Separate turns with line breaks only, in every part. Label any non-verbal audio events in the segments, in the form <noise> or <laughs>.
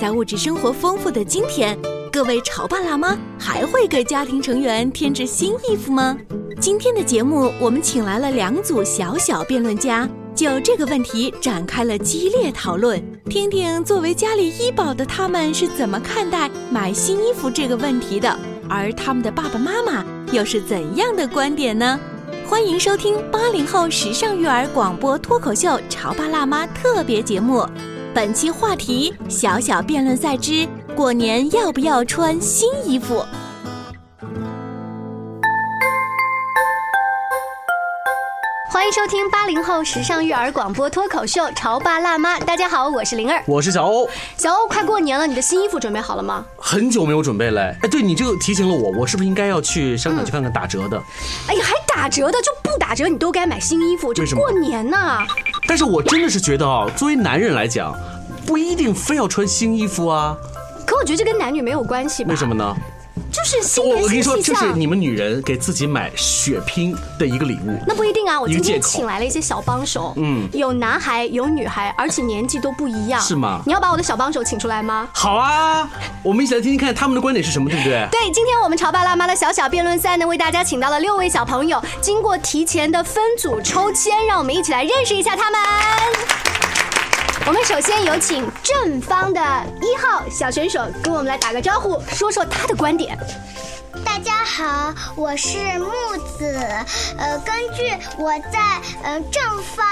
在物质生活丰富的今天，各位潮爸辣妈还会给家庭成员添置新衣服吗？今天的节目，我们请来了两组小小辩论家，就这个问题展开了激烈讨论。听听作为家里医保的他们是怎么看待买新衣服这个问题的，而他们的爸爸妈妈又是怎样的观点呢？欢迎收听八零后时尚育儿广播脱口秀《潮爸辣妈》特别节目。本期话题：小小辩论赛之过年要不要穿新衣服？
欢迎收听八零后时尚育儿广播脱口秀《潮爸辣妈》。大家好，我是灵儿。
我是小欧，
小欧，快过年了，你的新衣服准备好了吗？
很久没有准备了哎。哎，对你这个提醒了我，我是不是应该要去商
嗯
场去看看打折的？
哎呀，还打折的，就不打折你都该买新衣服，就
为什么
过年呐、
但是我真的是觉得啊，作为男人来讲，不一定非要穿新衣服啊。
可我觉得这跟男女没有关系吧？
为什么？呢？
就是新
我
年
我跟
新
你说，
气
这是
象。
你们女人给自己买血拼的一个礼物。
那不一定啊！我
一
今
个借
天
口
请来了一些小帮手，
嗯
有男孩有女孩，而且年纪都不一样，
是吗
你要把我的小帮手请出来吗？
好啊，我们一起来听听看他们的观点是什么，对不对？
对，今天我们潮爸辣妈的小小辩论赛呢，为大家请到了六位小朋友，经过提前的分组抽签，让我们一起来认识一下他们。我们首先有请正方的一号小选手跟我们来打个招呼，说说他的观点。
大家好，我是木子。呃，根据我在嗯、呃、正方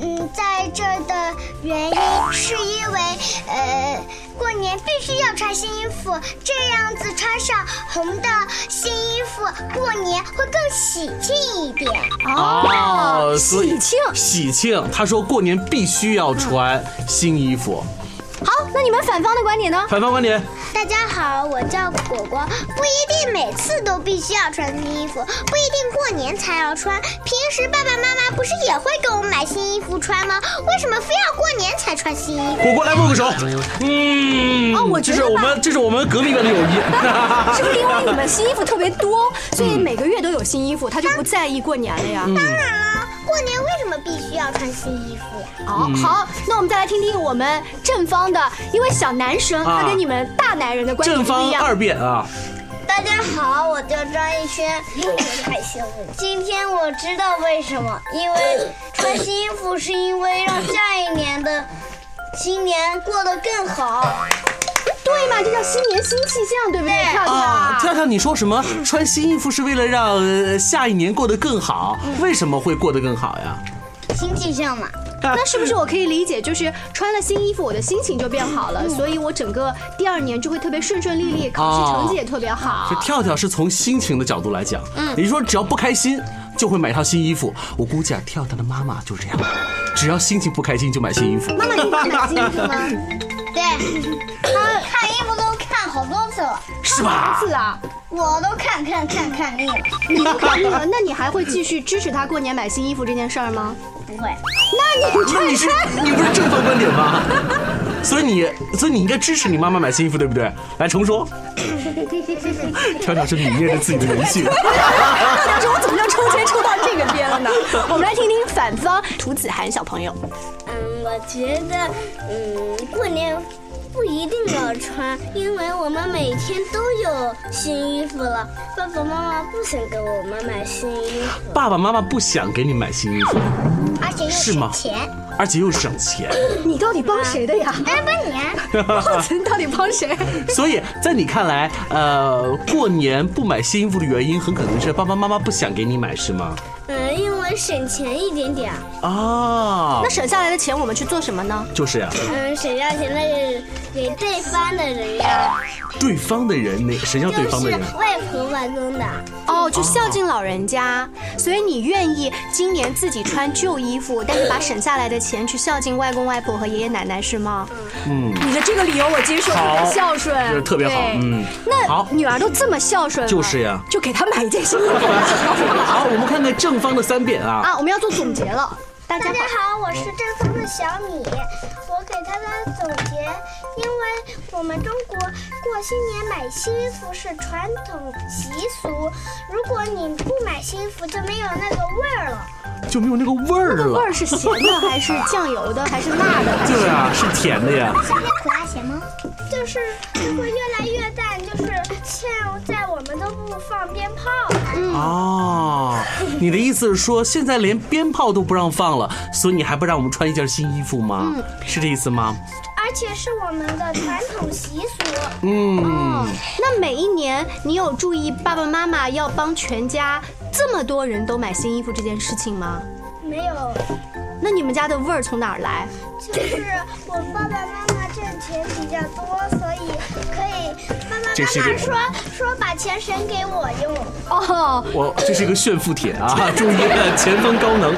嗯在这儿的原因，是因为呃过年必须要穿新衣服，这样子穿上红的新衣服，过年会更喜庆一点。
哦所以
喜庆。
喜庆，他说过年必须要穿
嗯
新衣服。
好，那你们反方的观点呢？
反方观点，
大家好，我叫果果，不一定每次都必须要穿新衣服，不一定过年才要穿。平时爸爸妈妈不是也会给我买新衣服穿吗？为什么非要过年才穿新衣服？
果果来握个手。嗯，
哦我觉
这
得
是我们这是我们革命般的友谊。
<laughs> 是不是因为你们新衣服特别多，所以每个月都有新衣服，他就不在意过年了呀？
当然啦，过年为什么必须要穿新衣服呀？
好、哦好，那我们再来听听我们正方的一位小男生，
啊
他跟你们大男人的观点
正
不一
方
样。
二辩啊，
大家好，我叫张逸轩，我太兴奋。今天我知道为什么，因为穿新衣服是因为让下一年的新年过得更好。
对嘛，这叫新年新气象，对不对？
对哦
跳跳、 <laughs>
啊，跳跳，你说什么？穿新衣服是为了让呃下一年过得更好？
嗯
为什么会过得更好呀？
新气象
<laughs>
嘛，
啊
那是不是我可以理解，就是穿了新衣服，我的心情就变好
嗯
了，所以我整个第二年就会特别顺顺利利，考试成绩也特别好
这。跳哦跳是从心情的角度来讲，
嗯
也就是说只要不开心就会买套新衣服。我估计啊，跳跳的妈妈就是这样，只要心情不开心就买新衣服。
妈妈，你会买新衣服吗？对，他看衣服都看好多次了，
是吧
是啊，
我都看看看看腻了，
你都看腻了，那你还会继续支持他过年买新衣服这件事儿吗？
不会。
那你是你不是正方观点吗？所以你所以你应该支持你妈妈买新衣服，对不对？来重说。 <laughs> 跳跳是泯灭着自己的人性。
但是我怎么就抽签抽到这个边了呢？我们来听听反方涂子涵小朋友。
嗯，我觉得，嗯，过年不一定要穿，因为我们每天都有新衣服了。爸爸妈妈不想给我们买新衣服，
爸爸妈妈不想给你买新衣服，
而且又
是吗
省钱。
而且又省钱，
你到底帮谁的呀？
哎，问你啊，
浩辰到底帮谁？
所以在你看来，呃，过年不买新衣服的原因，很可能是爸爸妈妈不想给你买，是吗？
嗯，因为省钱一点点儿，
啊
那，省下来的钱我们去做什么呢？
就是啊呀、
嗯，省下钱那个给对方的人呀，
对方的人，那谁叫对
就
方
是
的 <laughs> 人？
外婆外公的。
哦，就孝敬老人家，所以你愿意今年自己穿旧衣服，但是把省下来的钱去孝敬外公外婆和爷爷奶奶，是吗？
嗯
你的这个理由我接受，
好
很孝顺，
这特别好，
对
嗯，
那
好
女儿都这么孝顺了，
就是呀、
就给他买一件新衣服。
好，我们看看正方的三遍啊。
啊，我们要做总结了，大家
大
好
家。好，我是正宗的小米。我给大家总结，因为我们中国过新年买新衣服是传统习俗，如果你不买新衣服就没有那个味
<laughs>
儿了。
就没有那个味儿
味
了。
儿是咸的还是酱油的还是辣的？
对啊，是甜的呀。
夏天可拉咸吗？就是就会越来越淡，就是现在我们都不放鞭炮了。
哦，你的意思是说，现在连鞭炮都不让放了，所以你还不让我们穿一件新衣服吗？
嗯
是这意思吗？
而且是我们的传统习俗。
嗯，
哦那每一年你有注意爸爸妈妈要帮全家这么多人都买新衣服这件事情吗？
没有，
那你们家的味儿从哪儿来？ <laughs>
就是我爸爸妈妈挣钱比较多，所以可以爸爸妈
这是一个
妈说说把钱省给我用。
哦，
我这是一个炫富帖啊！ <laughs> 注意了，前方高能。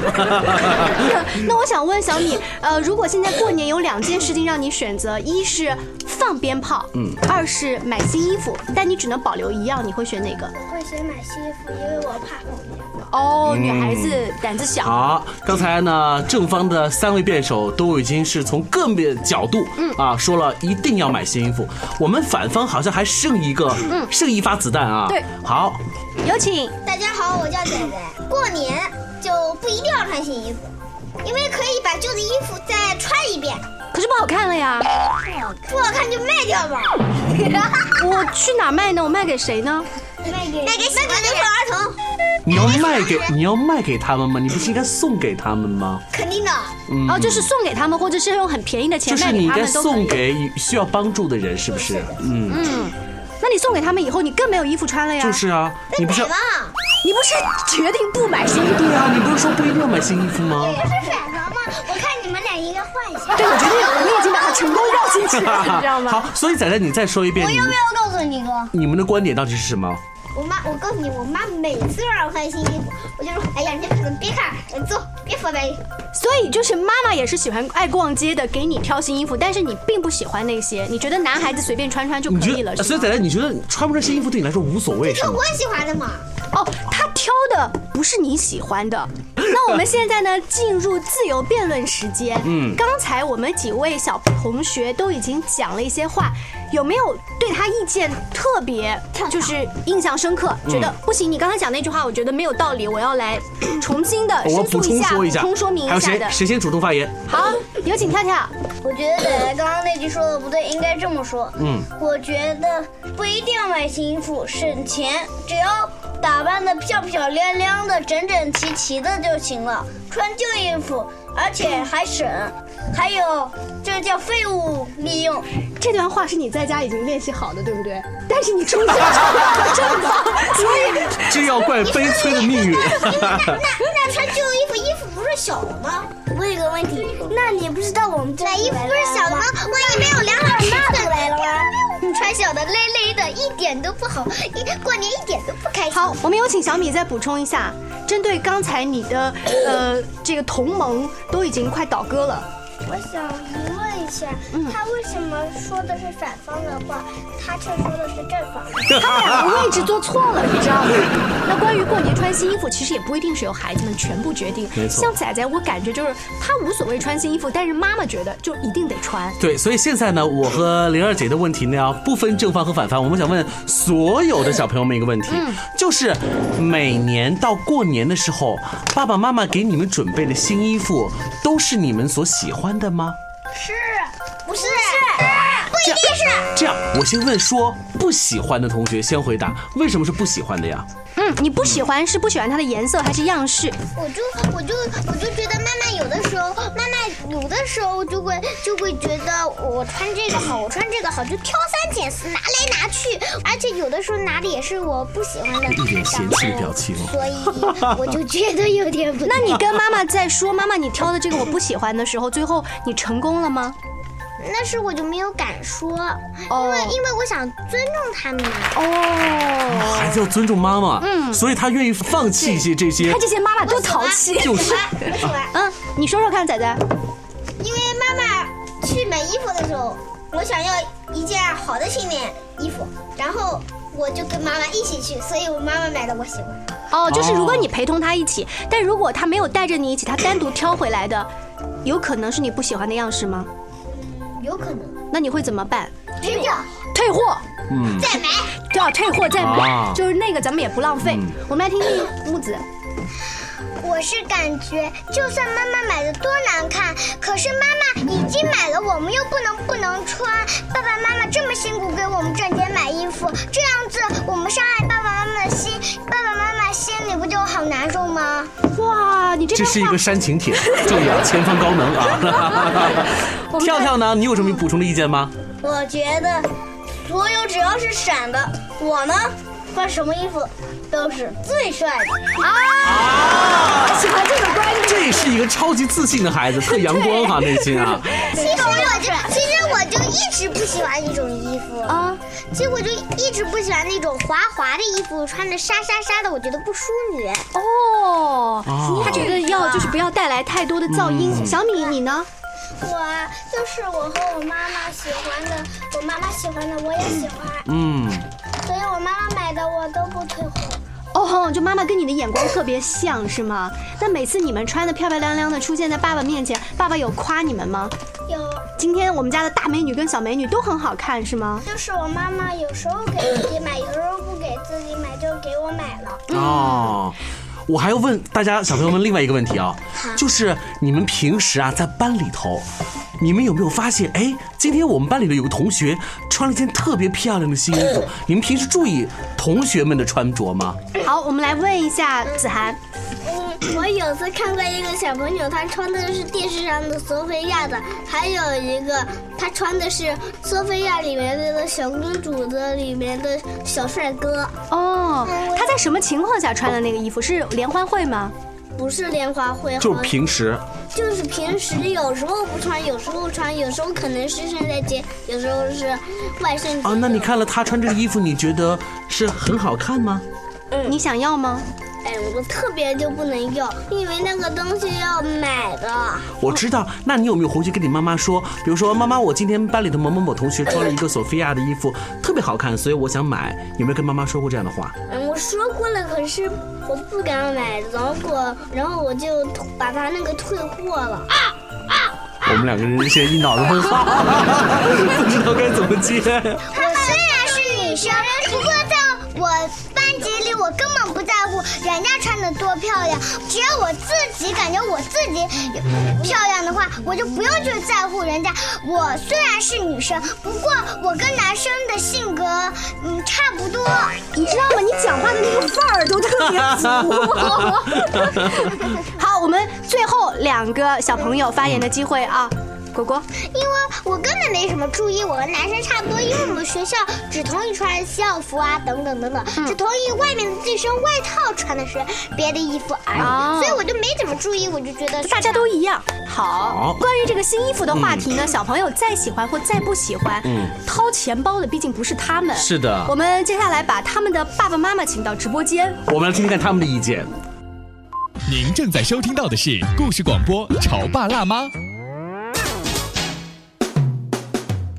那我想问小米，呃，如果现在过年有两件事情让你选择，一是放鞭炮，嗯，二是买新衣服，但你只能保留一样，你会选哪个？
我会先买新衣服，因为我怕放鞭炮。
哦，女孩子胆子小，
嗯 <laughs> 好，刚才呢，正方的三位辩手都已经是从各面角度，
嗯
啊，说了一定要买新衣服。我们反方好像还剩一个，剩一发子弹啊。
对，
好，
嗯有请。
大家好，我叫仔仔。过年就不一定要穿新衣服，因为可以把旧的衣服再穿一遍，
可是不好看了呀，
不好看就卖掉吧。
<laughs> 我去哪儿卖呢？我卖给谁呢？
卖给卖给喜欢的儿童，
你要卖给你要卖给他们吗？你不是应该送给他们吗？
肯定的。
哦，就是送给他们，或者是用很便宜的
嗯就
钱
是
卖
你
给
应
他
该
们都可
送
以。
给需要帮助的人，是不是？嗯，
那你送给他们以后，你更没有衣服穿了呀。
就是啊，你不是
你不是决定不买新衣服？
对啊，你不是说不一定要买新衣服吗？
不是甩头吗？我看你们俩应该换一下。
对，我觉得你已经把他成功绕进
<laughs>
去了，你知道吗？
好，所以仔仔，你再说一遍，你们
有告诉你哥？
你们的观点到底是什么？
我妈，我告诉你，我妈每次让我换新衣服，我就说，哎呀，你可别看，呃走，别翻白眼。
所以就是妈妈也是喜欢爱逛街的，给你挑新衣服，但是你并不喜欢那些，你觉得男孩子随便穿穿就
你
可
觉
以了，
得，呃
是
所以
吗
仔？仔，你觉得穿不穿新衣服对你来说无所谓是
这
吗
我？喜欢的嘛。
哦，他挑的不是你喜欢的。那我们现在呢， <laughs> 进入自由辩论时间。嗯，刚才我们几位小同学都已经讲了一些话，有没有对他意见特别就是印象深刻？
嗯
觉得不行，你刚才讲那句话，我觉得没有道理，我要来重新的
哦我
申
补
诉
充
一下，
说一下，
补充说明一
还有
下
谁
的。
谁先主动发言？
好，有请跳跳。
我觉得奶奶刚刚那句说的不对，应该这么说。
<laughs>
嗯，我觉得不一定要买新衣服，省钱，只要打扮的漂漂亮亮的、整整齐齐的就行了。穿旧衣服，而且还省，还有这叫废物利用。
这段话是你在家已经练习好的，对不对？但是你中间
<laughs>
找到了正方，所以
这要
<laughs>
怪悲催的命运。
那穿旧衣服，衣服不是小了吗？我有个问题，那你不知道我们买衣服不是小了吗？万一没有量好尺寸来了吗？
嗯
你穿小的累累的，一点都不好，一过年一点都不开心。
好，我们有请小米再补充一下，针对刚才你的呃 <coughs> 这个同盟都已经快倒戈了，
我想疑问一下，
嗯
他为什么说的是反方的话，他却说的是正
<laughs>
方？
他们两个位置坐错
<laughs>
了，你知道吗？那关于过年穿新衣服，其实也不一定是由孩子们全部决定。
没错
像仔仔，我感觉就是他无所谓穿新衣服，但是妈妈觉得就一定得穿。
对，所以现在呢，我和灵儿姐的问题呢，不分正方和反方，我们想问所有的小朋友们一个问题，就是每年到过年的时候，爸爸妈妈给你们准备的新衣服，都是你们所喜欢的吗？
是，不是？不是，不一
这样这样，我先问说不喜欢的同学先回答，为什么是不喜欢的呀？
嗯，你不喜欢是不喜欢它的颜色还是样式？
我就我就我就觉得妈妈有的时候，妈妈有的时候就会就会觉得我穿这个好，我穿这个好，就挑三拣四，拿来拿去，而且有的时候拿的也是我不喜欢的，
一脸嫌弃的表情哦
所以 <laughs> 我就觉得有点不。
那你跟妈妈在说妈妈你挑的这个我不喜欢的时候，最后你成功了吗？
那时我就没有敢说，因
哦
为因为我想尊重他们嘛。
哦，
孩子要尊重妈妈，嗯，所以他愿意放弃一些这些
看，这些妈妈多淘气。
就是
我喜欢，
嗯，你说说看，仔仔。
因为妈妈去买衣服的时候，我想要一件好的青年衣服，然后我就跟妈妈一起去，所以我妈妈买的我喜欢。
哦，就是如果你陪同他一
哦
起，但如果他没有带着你一起，他单独挑回来的，有可能是你不喜欢的样式吗？
有可能，
那你会怎么办？
扔掉，
退货，
嗯
再买。
对啊，退货再买，
啊嗯
就是那个咱们也不浪费。我们来听听木子，
我是感觉，就算妈妈买的多难看，可是妈妈已经买了，我们又不能不能穿。爸爸妈妈这么辛苦给我们挣钱买衣服，这样子我们伤害爸爸妈妈的心，爸爸妈妈心里不就好难受吗？
哇，你这
这
段
是一
话
个煽情帖，注意啊，前方高能啊！
<laughs> 我们
跳跳呢，你有什么补充的意见吗？
我觉得，所有只要是闪的，我呢，换什么衣服都是最帅的。
啊喜欢这种观点。
这是一个超级自信的孩子，特阳光哈、内心啊。
其实我就，其实我就一直不喜欢一种衣服啊，其实我就一直不喜欢那种滑滑的衣服，穿着沙沙沙的，我觉得不淑女。
哦
哦，
他觉得要就是不要带来太多的噪音。小米，你呢？
我就是我和我妈妈喜欢的，我妈妈喜欢的我也喜欢，
嗯，
所以我妈妈买的我都不退货。
哦，就妈妈跟你的眼光特别像是吗？那每次你们穿的漂漂亮亮的出现在爸爸面前，爸爸有夸你们吗？
有，
今天我们家的大美女跟小美女都很好看是吗？
就是我妈妈有时候给自己买，有时候不给自己买，就给我买了。
嗯
哦，我还要问大家小朋友们另外一个问题啊，就是你们平时啊在班里头，你们有没有发现？哎，今天我们班里的有个同学穿了一件特别漂亮的新衣服，你们平时注意同学们的穿着吗？
好，我们来问一下子涵。
嗯，我有次看过一个小朋友，他穿的是电视上的索菲亚的，还有一个他穿的是索菲亚里面那个小公主的里面的小帅哥，
哦，她在什么情况下穿的那个衣服？是联欢会吗？
不是莲花会，
就是平时
就是平时有时候不穿，有时候穿，有时候可能是圣诞节，有时候是万圣节。
啊，那你看了他穿这个衣服，你觉得是很好看吗？
你想要吗？
嗯哎，我特别就不能要，因为那个东西要买的。
我知道，那你有没有回去跟你妈妈说？比如说，妈妈，我今天班里的某某某同学穿了一个索菲亚的衣服，特别好看，所以我想买。有没有跟妈妈说过这样的话？
嗯，我说过了，可是我不敢买，然后然后我就把他那个退货了。
我们两个人现在一脑子问号， <laughs> 不知道该怎么接。
我虽然是女生，不过在我班级里，我根本不在乎人家穿的多漂亮，只要我自己感觉我自己漂亮的话，我就不用去在乎人家。我虽然是女生，不过我跟男生的性格嗯差不多。
你知道吗？你讲话的那个范儿都特别足。好，我们最后两个小朋友发言的机会啊，果果。
因为我根本没什么注意，我和男生差不多，因为我们学校只同意穿校服啊，等等等等，
嗯
只同意外面的这身外套穿的是别的衣服而已，
哦
所以我就没怎么注意，我就觉得
大家都一样。
好嗯
好，关于这个新衣服的话题呢，小朋友再喜欢或再不喜欢，掏钱包的毕竟不是他们。
是的
我们接下来把他们的爸爸妈妈请到直播间。
<laughs> 我们来听听看他们的意见。
您正在收听到的是故事广播《潮爸辣妈》。
《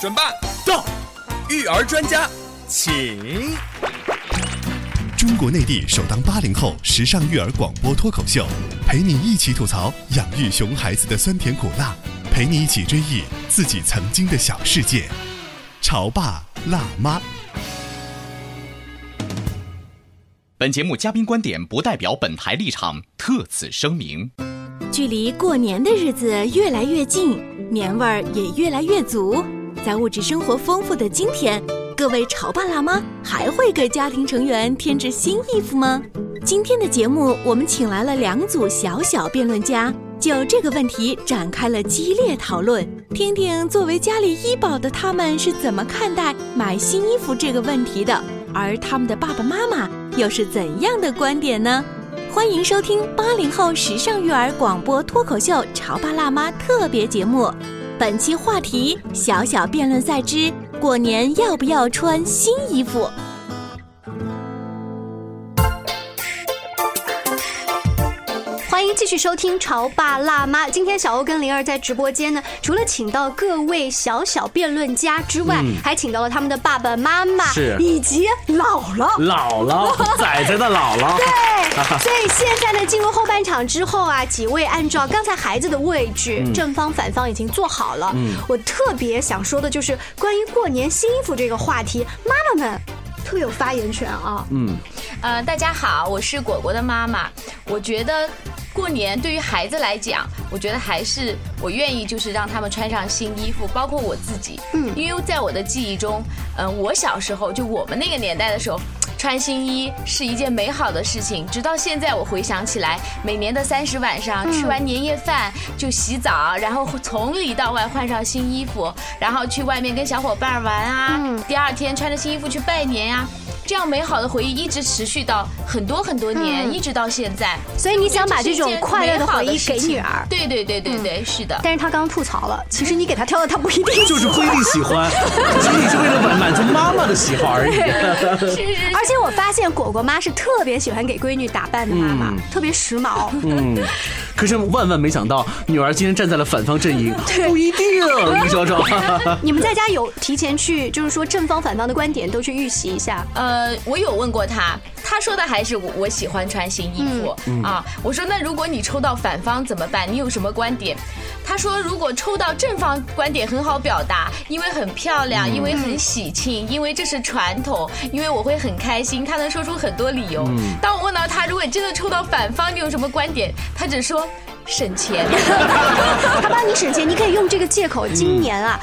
准爸到。到，育儿专家，请。
中国内地首档八零后时尚育儿广播脱口秀，陪你一起吐槽养育熊孩子的酸甜苦辣，陪你一起追忆自己曾经的小世界。潮爸辣妈，
本节目嘉宾观点不代表本台立场，特此声明。
距离过年的日子越来越近，年味儿也越来越足。在物质生活丰富的今天，各位潮爸辣妈还会给家庭成员添置新衣服吗？今天的节目，我们请来了两组小小辩论家，就这个问题展开了激烈讨论。听听作为家里医保的他们是怎么看待买新衣服这个问题的，而他们的爸爸妈妈又是怎样的观点呢？欢迎收听八零后时尚育儿广播脱口秀《潮爸辣妈》特别节目。本期话题：小小辩论赛之过年要不要穿新衣服？
欢迎继续收听《潮爸辣妈》。今天小欧跟灵儿在直播间呢，除了请到各位小小辩论家之外，
嗯
还请到了他们的爸爸妈妈，
是
以及姥姥。
姥姥，
哦
崽崽的姥
<laughs>
姥。
对，所以现在呢，进入后半场之后啊，几位按照刚才孩子的位置，
嗯
正方、反方已经做好了。
嗯
我特别想说的就是关于过年新衣服这个话题，妈妈们特有发言权啊。
嗯，
呃，大家好，我是果果的妈妈。我觉得过年对于孩子来讲，我觉得还是我愿意就是让他们穿上新衣服，包括我自己。嗯，因为在我的记忆中，嗯、我小时候就我们那个年代的时候。穿新衣是一件美好的事情，直到现在我回想起来，每年的三十晚上
嗯
吃完年夜饭就洗澡，然后从里到外换上新衣服，然后去外面跟小伙伴玩啊，
嗯
第二天穿着新衣服去拜年呀、这样美好的回忆一直持续到很多很多年，
嗯
一直到现在。
所以你想把这种快乐的回忆给女儿
对对对对对，是的。
但是她刚吐槽了，其实你给她挑的，她不一定
就是不一定喜
<laughs>
欢，仅仅是为了满满足妈妈的喜好 <laughs> 而已。
啊
而且我发现果果妈是特别喜欢给闺女打扮的妈妈，
嗯
特别时髦。
嗯，可是万万没想到，女儿今天站在了反方阵营。不一定，我跟你说说
<laughs> 你们在家有提前去，就是说正方反方的观点都去预习一下。
呃，我有问过他，他说的还是我我喜欢穿新衣服、
嗯嗯
啊。我说那如果你抽到反方怎么办？你有什么观点？他说如果抽到正方观点很好表达，因为很漂亮，
嗯
因为很喜庆，因为这是传统，因为我会很开心。他能说出很多理由。
嗯
当我问到他，如果你真的抽到反方，你有什么观点？他只说省钱。
他帮你省钱，你可以用这个借口，今年啊。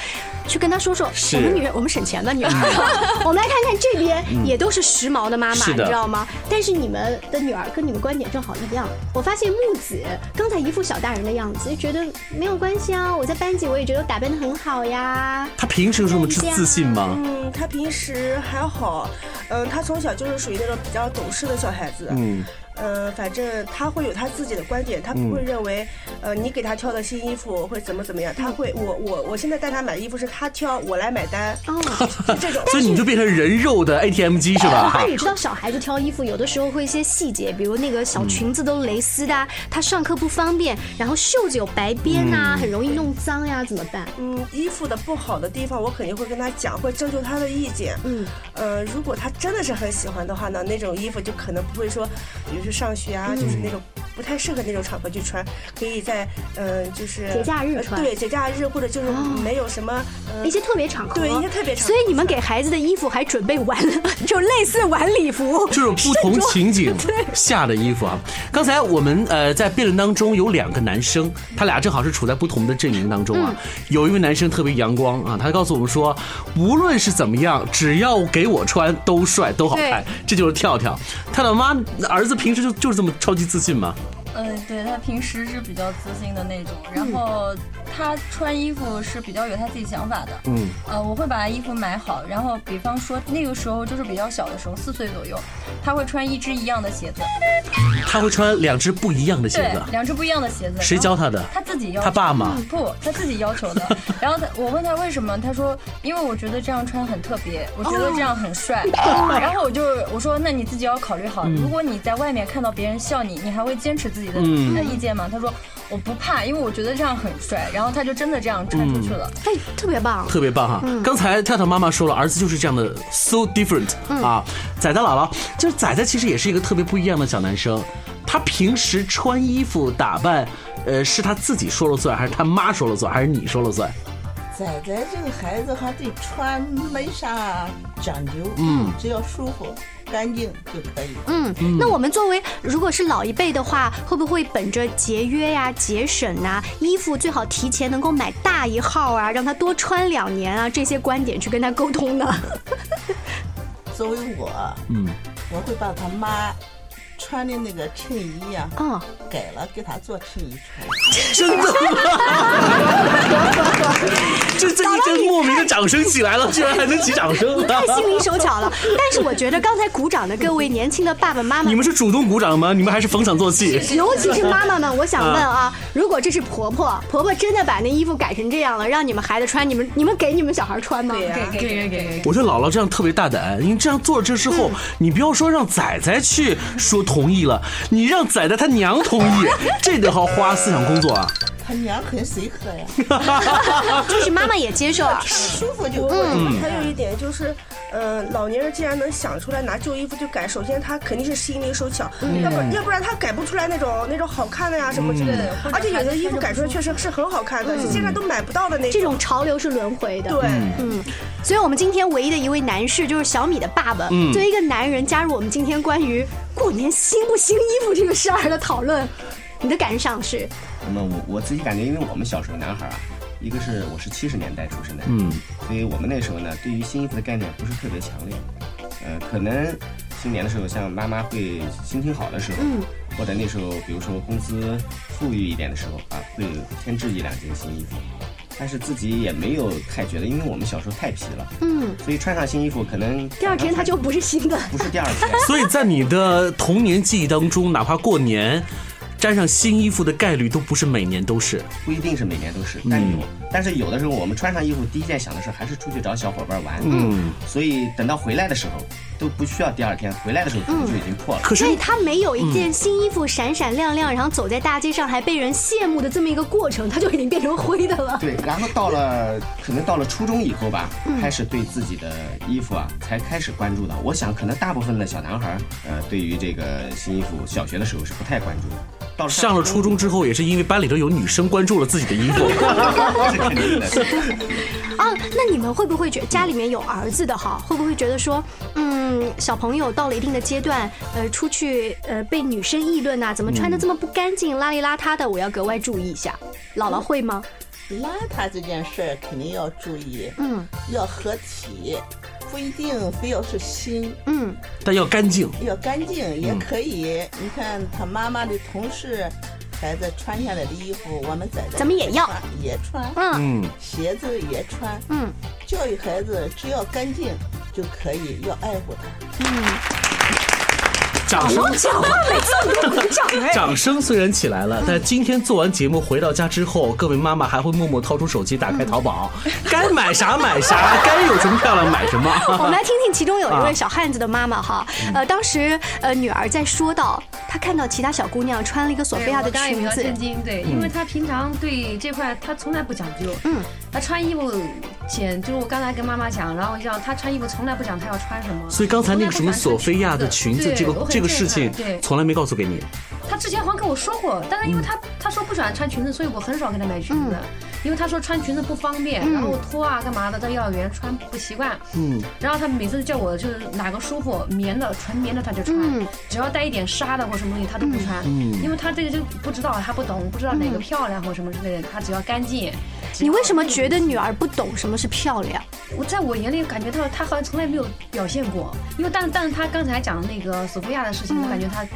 去跟他说说，
是
我们女人，我们省钱吧，女儿。 <laughs> 我们来看看这边
嗯
也都是时髦的妈妈，
是
你
的
知道吗？但是你们的女儿跟你们观点正好一样。我发现木子刚才一副小大人的样子，就觉得没有关系啊，我在班级我也觉得我打扮的很好呀。
她平时有什么自自信吗？
嗯，他平时还好，嗯，他从小就是属于那种比较懂事的小孩子。
嗯，
呃，反正他会有他自己的观点，他
嗯
不会认为，呃，你给他挑的新衣服会怎么怎么样，他会，我我我现在带他买的衣服是他挑，我来买单，
哦，
就嗯这种。
<laughs>
哎
所以你就变成人肉的 ATM 机是吧
<laughs> 而？且你知道，小孩子挑衣服有的时候会一些细节，比如那个小裙子都蕾丝的啊，他上课不方便，然后袖子有白边呐，
嗯
很容易弄脏呀，怎么办？
嗯，衣服的不好的地方，我肯定会跟他讲，会征求他的意见。
嗯，
呃，如果他真的是很喜欢的话呢，那种衣服就可能不会说，比如说上学啊，
嗯
就是那种不太适合那种场合去穿，可以在嗯、呃就是
节假日
呃
穿
对，节假日或者就是没有什么、呃
一些特别场合，
对一些特别场合
所以你们给孩子的衣服还准备晚， <laughs> 就类似晚礼服，
<laughs> 就是不同情景
对
下的衣服啊。刚才我们呃在辩论当中有两个男生，他俩正好是处在不同的阵营当中啊。有一位男生特别阳光啊，他告诉我们说，无论是怎么样，只要给我穿都帅都好
对，
看这就是跳跳。他的妈儿子平时就就是这么超级自信嘛。
嗯，对他平时是比较自信的那种，然后他穿衣服是比较有他自己想法的。
嗯，
呃，我会把他衣服买好，然后比方说那个时候就是比较小的时候，四岁左右，他会穿一只一样的鞋子，
他会穿两只不一样的鞋
对，
子，
两只不一样的鞋子。
谁教他的
他自己要求。
他爸吗
嗯不，他自己要求的。
<laughs>
然后他，我问他为什么，他说因为我觉得这样穿很特别，我觉得这样很帅。
哦
<laughs> 然后我就我说那你自己要考虑好，
嗯
如果你在外面看到别人笑你，你还会坚持自己的
嗯
呃意见吗？他说我不怕，因为我觉得这样很帅。然后他就真的这样穿出去了，
哎，特别棒，
嗯特别棒哈！
嗯
刚才跳跳妈妈说了，儿子就是这样的，so different、
嗯
啊。仔仔姥姥就是仔仔，其实也是一个特别不一样的小男生。他平时穿衣服打扮，呃，是他自己说了算，还是他妈说了算，还是你说了算？
仔仔这个孩子还对穿没啥讲究，
嗯
只要舒服、干净就可以。
嗯，那我们作为如果是老一辈的话，会不会本着节约呀、节省呐、衣服最好提前能够买大一号啊，让他多穿两年啊这些观点去跟他沟通呢？
作为我，
嗯，
我会把他妈穿的那个衬衣呀、
啊，
改了给他做衬衣穿。
真的这这一阵莫名的掌声起来了，居然还 <laughs> 能起掌声！啊
<laughs> 太心灵手巧了。但是我觉得刚才鼓掌的各位年轻的爸爸妈妈
你，们是主动鼓掌吗？你们还是逢场作戏？
<laughs> 尤其是妈妈们，我想问啊，如果这是婆婆，婆婆真的把那衣服改成这样了，让你们孩子穿，你们你们给你们小孩穿吗？给给给给
我觉得姥姥这样特别大胆，因为这样做了这之后，你不要说让仔仔去说同意了，你让仔仔他娘同意，这得好花思想工作啊！
<laughs> 他娘很随和呀，
哦 <laughs> 就是妈妈也接受
穿舒服就可
嗯
以。还有一点就是，呃，老年人既然能想出来拿旧衣服就改，首先他肯定是心灵手巧，
嗯
要不然要不然他改不出来那种那种好看的呀什么之类的
嗯。
而且有的衣服改出来确实是很好 <laughs> 看，但是现在都买不到的那
这种潮流是轮回的。
对
嗯，所以我们今天唯一的一位男士就是小米的爸爸。
嗯
作为一个男人，加入我们今天关于过年新不新衣服这个事儿的讨论，你的感想是？
那么我我自己感觉，因为我们小时候男孩儿啊，一个是我是七十年代出生的，
嗯，
所以我们那时候呢，对于新衣服的概念不是特别强烈，呃，可能新年的时候，像妈妈会心情好的时候，
嗯
或者那时候比如说公司富裕一点的时候啊，会添置一两件新衣服，但是自己也没有太觉得，因为我们小时候太皮了，
嗯，
所以穿上新衣服可能
第二天它就不是新的。
不是第二天，
所以在你的童年记忆当中，哪怕过年沾上新衣服的概率都不是每年都是，
不一定是每年都是，但有
嗯，
但是有的时候我们穿上衣服，第一件想的是还是出去找小伙伴玩。
嗯，
所以等到回来的时候，都不需要第二天，回来的时候可
嗯
嗯能就已经
<laughs>
破了。
所以他没有一件新衣服闪闪亮亮，然后走在大街上还被人羡慕的这么一个过程，他就已经变成灰的了。
对，然后到了可能到了初中以后吧，
嗯
开始对自己的衣服啊才开始关注的。我想可能大部分的小男孩儿，呃，对于这个新衣服，小学的时候是不太关注的。到了
上了初中之后，也是因为班里头有女生关注了自己的
<laughs>
衣服。
这肯定的。
<laughs> 啊，那你们会不会觉家里面有儿子的哈，会不会觉得说，嗯，小朋友到了一定的阶段，呃，出去呃被女生议论啊呐、怎么
嗯
穿的这么不干净，邋里邋遢的，我要格外注意一下。姥姥会吗？
邋遢这件事儿肯定要注意，
嗯，
要合体，不一定非要是新，
嗯，
但要干净。
要干净也可以。你看他妈妈的同事孩子穿下来的衣服，我们仔仔
咱们也要
穿也穿，
嗯
嗯
鞋子也穿，
嗯，
教育孩子只要干净就可以，要爱护他。
嗯
掌声
姥姥讲话每次都鼓
<laughs>
掌哎
掌声虽然起来了，但今天做完节目回到家之后，各位妈妈还会默默掏出手机打开淘
<laughs>
宝，该买啥买啥，该有什么漂亮买什么。
<laughs> 我
<laughs>
们来听听其中有一位
啊嗯
小汉子的妈妈哈，呃，当时呃女儿在说到，她看到其他小姑娘穿了一个索菲亚的
对我刚也比
裙
较
子，
震惊，对，
嗯
因为他平常对这块他从来不讲究，嗯，他穿衣服前就是我刚才跟妈妈讲，然后让他穿衣服从来不讲他要穿什么，
所以刚才那个什么索菲亚的裙子，
对
这
我
个
很
这个
震
事情
撼对
从来没告诉给你。
他之前好像跟我说过，但是因为
嗯
他、他说不喜欢穿裙子，所以我很少给他买裙子，因为他说穿裙子不方便，
嗯
然后脱啊干嘛的，在幼儿园穿不习惯。
嗯
然后他每次叫我就是哪个舒服，棉的纯棉的他就穿，只要带一点纱的或什么东西他都不穿，
嗯
因为他这个就不知道，他不懂，不知道哪个漂亮或什么之类的，他只要干净。
你为什么觉得女儿不懂什么是漂亮？
我在我眼里感觉到他好像从来没有表现过，因为但但是他刚才讲的那个索菲亚的事情，我感觉他
嗯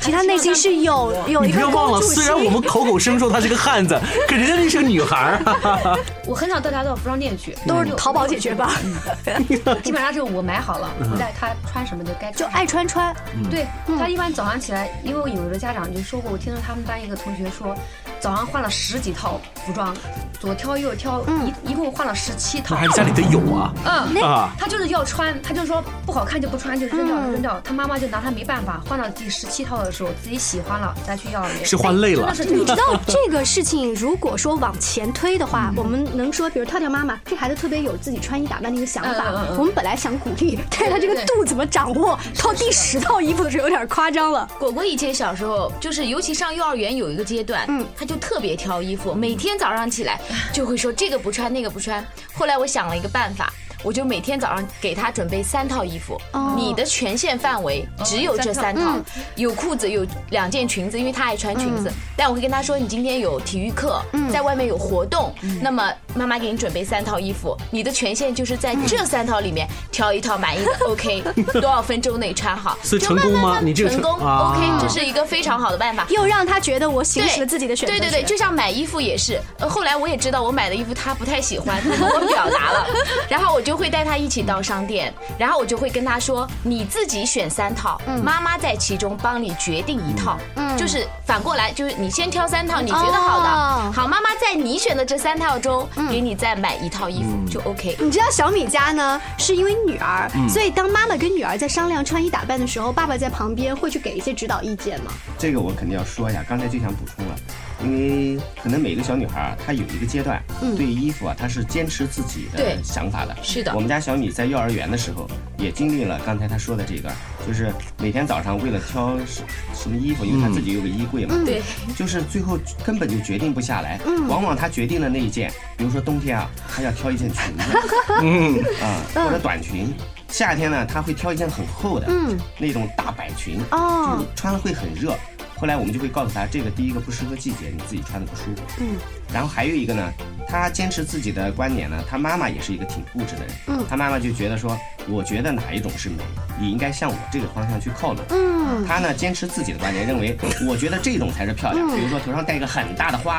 其实她内心是有有
你
一个
不要忘
公
了，
主
虽
心
然。我们口口声声她是个汉子，可人家那是个女孩儿。哈
<laughs>
哈哈
我很少带他到服装店去，
都是淘宝解决吧。
嗯 <laughs> 基本上就我买好了，
嗯
我带他穿什么就该就
爱穿穿
嗯
对他一般早上起来，因为有的家长就说过，我听到他们班一个同学说，早上换了十几套服装，左挑右挑，一一共换了十七套。
那还是家里得有啊。
嗯，那
啊，
他嗯就是要穿，他就说不好看就不穿，就扔掉扔掉。他妈妈就拿他没办法，换了第十七套的时候，自己喜欢了再去要也
是换累了
真的是
<laughs>
这
你知
样
道这个事情，如果说往前推的
嗯
话，我们能说，比如跳跳妈妈，这孩子特别有自己穿衣打扮的一个想法
嗯嗯嗯。嗯
我们本来想鼓励，但是他这个度怎么掌握？到第十套衣服的时候有点夸张了。
果果以前小时候，就是尤其上幼儿园有一个阶段，嗯，他就特别挑衣服，每天早上起来就会说这个不穿那个不穿。后来我想了一个办法，我就每天早上给他准备三套衣服，
哦
你的权限范围只有这三
哦
套
三套，
有裤子有两件裙子，因为他爱穿裙子
嗯。
但我会跟他说，你今天有体育课，在外面有活动，那么妈妈给你准备三套衣服，你的权限就是
嗯
在这三套里面挑一套满
<laughs>
意的，OK，多少分钟内穿好。
是
就
成
慢
功
慢
吗
慢
你这个
成
是
功
啊
，OK，这是一个非常好的办法，
又让他觉得我行使了
对
自己的选择
对对对，
权
就像买衣服也是，呃后来我也知道我买的衣服他不太喜欢，他跟我表
<laughs>
达了，然后我就会带他一起到商店，然后我就会跟他说，你自己选三套，妈妈在其中帮你决定一套，
嗯
就是反过来，就是你先挑三套你觉得好
哦
的，好，妈妈在你选的这三套中
嗯
给你再买一套衣
嗯
服就 OK。
你知道小米家呢，是因为女儿，
嗯
所以当妈妈跟女儿在商量穿衣打扮的时候，爸爸在旁边会去给一些指导意见吗？
这个我肯定要说一下，刚才就想补充了，因为可能每个小女孩儿她有一个阶段，
嗯
对衣服啊，她是坚持自己
对
的想法的。
是的
我们家小米在幼儿园的时候也经历了刚才她说的这个，就是每天早上为了挑什什么衣服，因为她自己有个衣柜嘛，
嗯对，
就是最后根本就决定不下来。
嗯
往往她决定了那一件，比如说冬天啊，她要挑一件裙
<laughs>
子，嗯啊，或者短裙。夏天呢，她会挑一件很厚的，
嗯，
那种大摆裙，
哦
就是穿了会很热。后来我们就会告诉他，这个第一个不适合季节，你自己穿的不舒服。
嗯
然后还有一个呢，他坚持自己的观点呢，他妈妈也是一个挺固执的人。
嗯
他妈妈就觉得说，我觉得哪一种是美，你应该向我这个方向去靠拢。
嗯
他呢坚持自己的观点，认为我觉得这种才是漂亮，
嗯
比如说头上戴个很大
<laughs>
的花。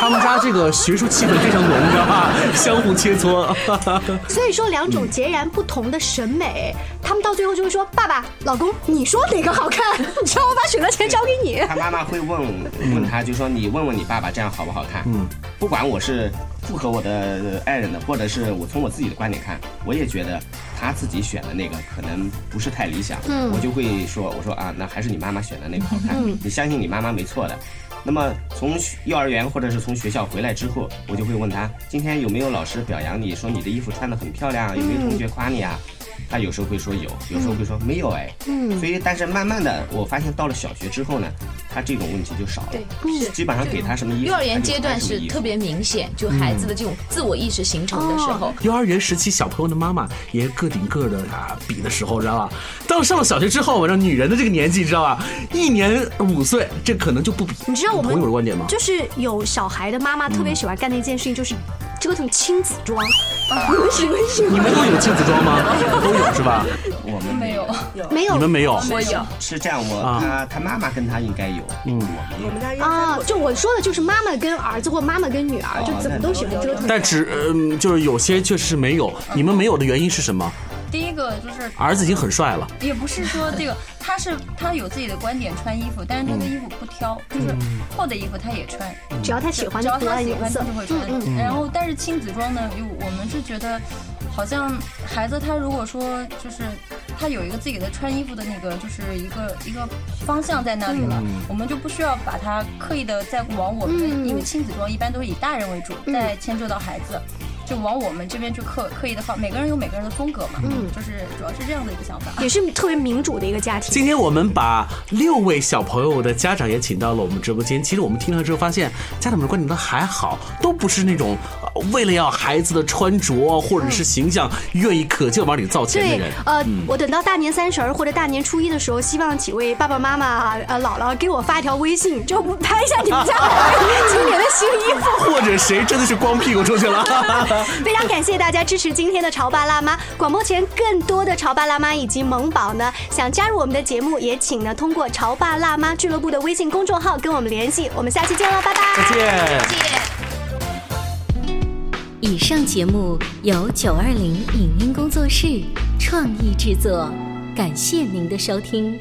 他们家这个学术气氛非常浓的啊，相互切磋。
所以说两种截然不同的审美，他们到最后就会说：“爸爸，老公，你说哪个好看？你知道我把选择权交给
<laughs>
你。
他妈妈会问问他，就说你问问你爸爸这样好不好看？嗯，不管我是符合我的爱人的，或者是我从我自己的观点看，我也觉得他自己选的那个可能不是太理想。
嗯
我就会说，我说啊，那还是你妈妈选的那个好看。
嗯
你相信你妈妈没错的。那么从学幼儿园或者是从学校回来之后，我就会问他，今天有没有老师表扬你说你的衣服穿的很漂亮啊？有没有
嗯
同学夸你啊？他有时候会说有，有时候会说没有哎。
嗯
所以，但是慢慢的，我发现到了小学之后呢，他这种问题就少了。
对是
基本上给他什么衣服，
幼儿园
他就
阶段
穿什么
是
衣服
特别明显，就孩子的这种自我意识形成的时
哦
候，
幼儿园时期，小朋友的妈妈也个顶个的啊比的时候，知道吧？到上了小学之后，我让女人的这个年纪，知道吧？一年五岁，这可能就不比。
你知道我们
朋友的观点吗？
就是有小孩的妈妈特别喜欢干的一件事情，就是折腾亲子装。啊你们喜欢喜
你
欢？
们都有亲子装吗？都有是吧？
我们
没有，
没有
你们没有
我有。
是这样，我
啊
他他妈妈跟他应该有，嗯，我们
家
啊，就我说的就是妈妈跟儿子或妈妈跟女儿，就怎么都
哦
喜欢折腾。
但只嗯，就是有些确实是没有。你们没有的原因是什么？
第一个就是
儿子已经很帅了，
也不是说这个，他是他有自己的观点穿衣服，但是他对衣服不挑，就是厚的衣服他也穿，
只要他喜欢
只要
就不
他
按
喜
颜
欢
色
他就会穿
嗯。嗯
然后，但是亲子装呢，又我们是觉得，好像孩子他如果说就是他有一个自己的穿衣服的那个就是一个一个方向在那里了
嗯，
我们就不需要把他刻意的再往我
嗯
们，因为亲子装一般都是以大人为主，再迁就到孩子。就往我们这边去刻刻意的放，每个人有每个人的风格嘛，
嗯
就是主要是这样的一个想法。
也是特别民主的一个家庭。
今天我们把六位小朋友的家长也请到了我们直播间。其实我们听了之后发现，家长们的观点都还好，都不是那种、呃为了要孩子的穿着或者是形象，愿意可劲往里造钱的
对
人，。
呃，
嗯
我等到大年三十儿或者大年初一的时候，希望几位爸爸妈妈、呃姥姥给我发一条微信，就拍一下你们家今年的新衣
<laughs>
服。
或者谁真的是光屁股出去了。
非常感谢大家支持今天的潮爸辣妈。广播前更多的潮爸辣妈以及萌宝呢，想加入我们的节目，也请呢通过潮爸辣妈俱乐部的微信公众号跟我们联系。我们下期见了，拜拜。
再见。
以上节目由九二零影音工作室创意制作，感谢您的收听。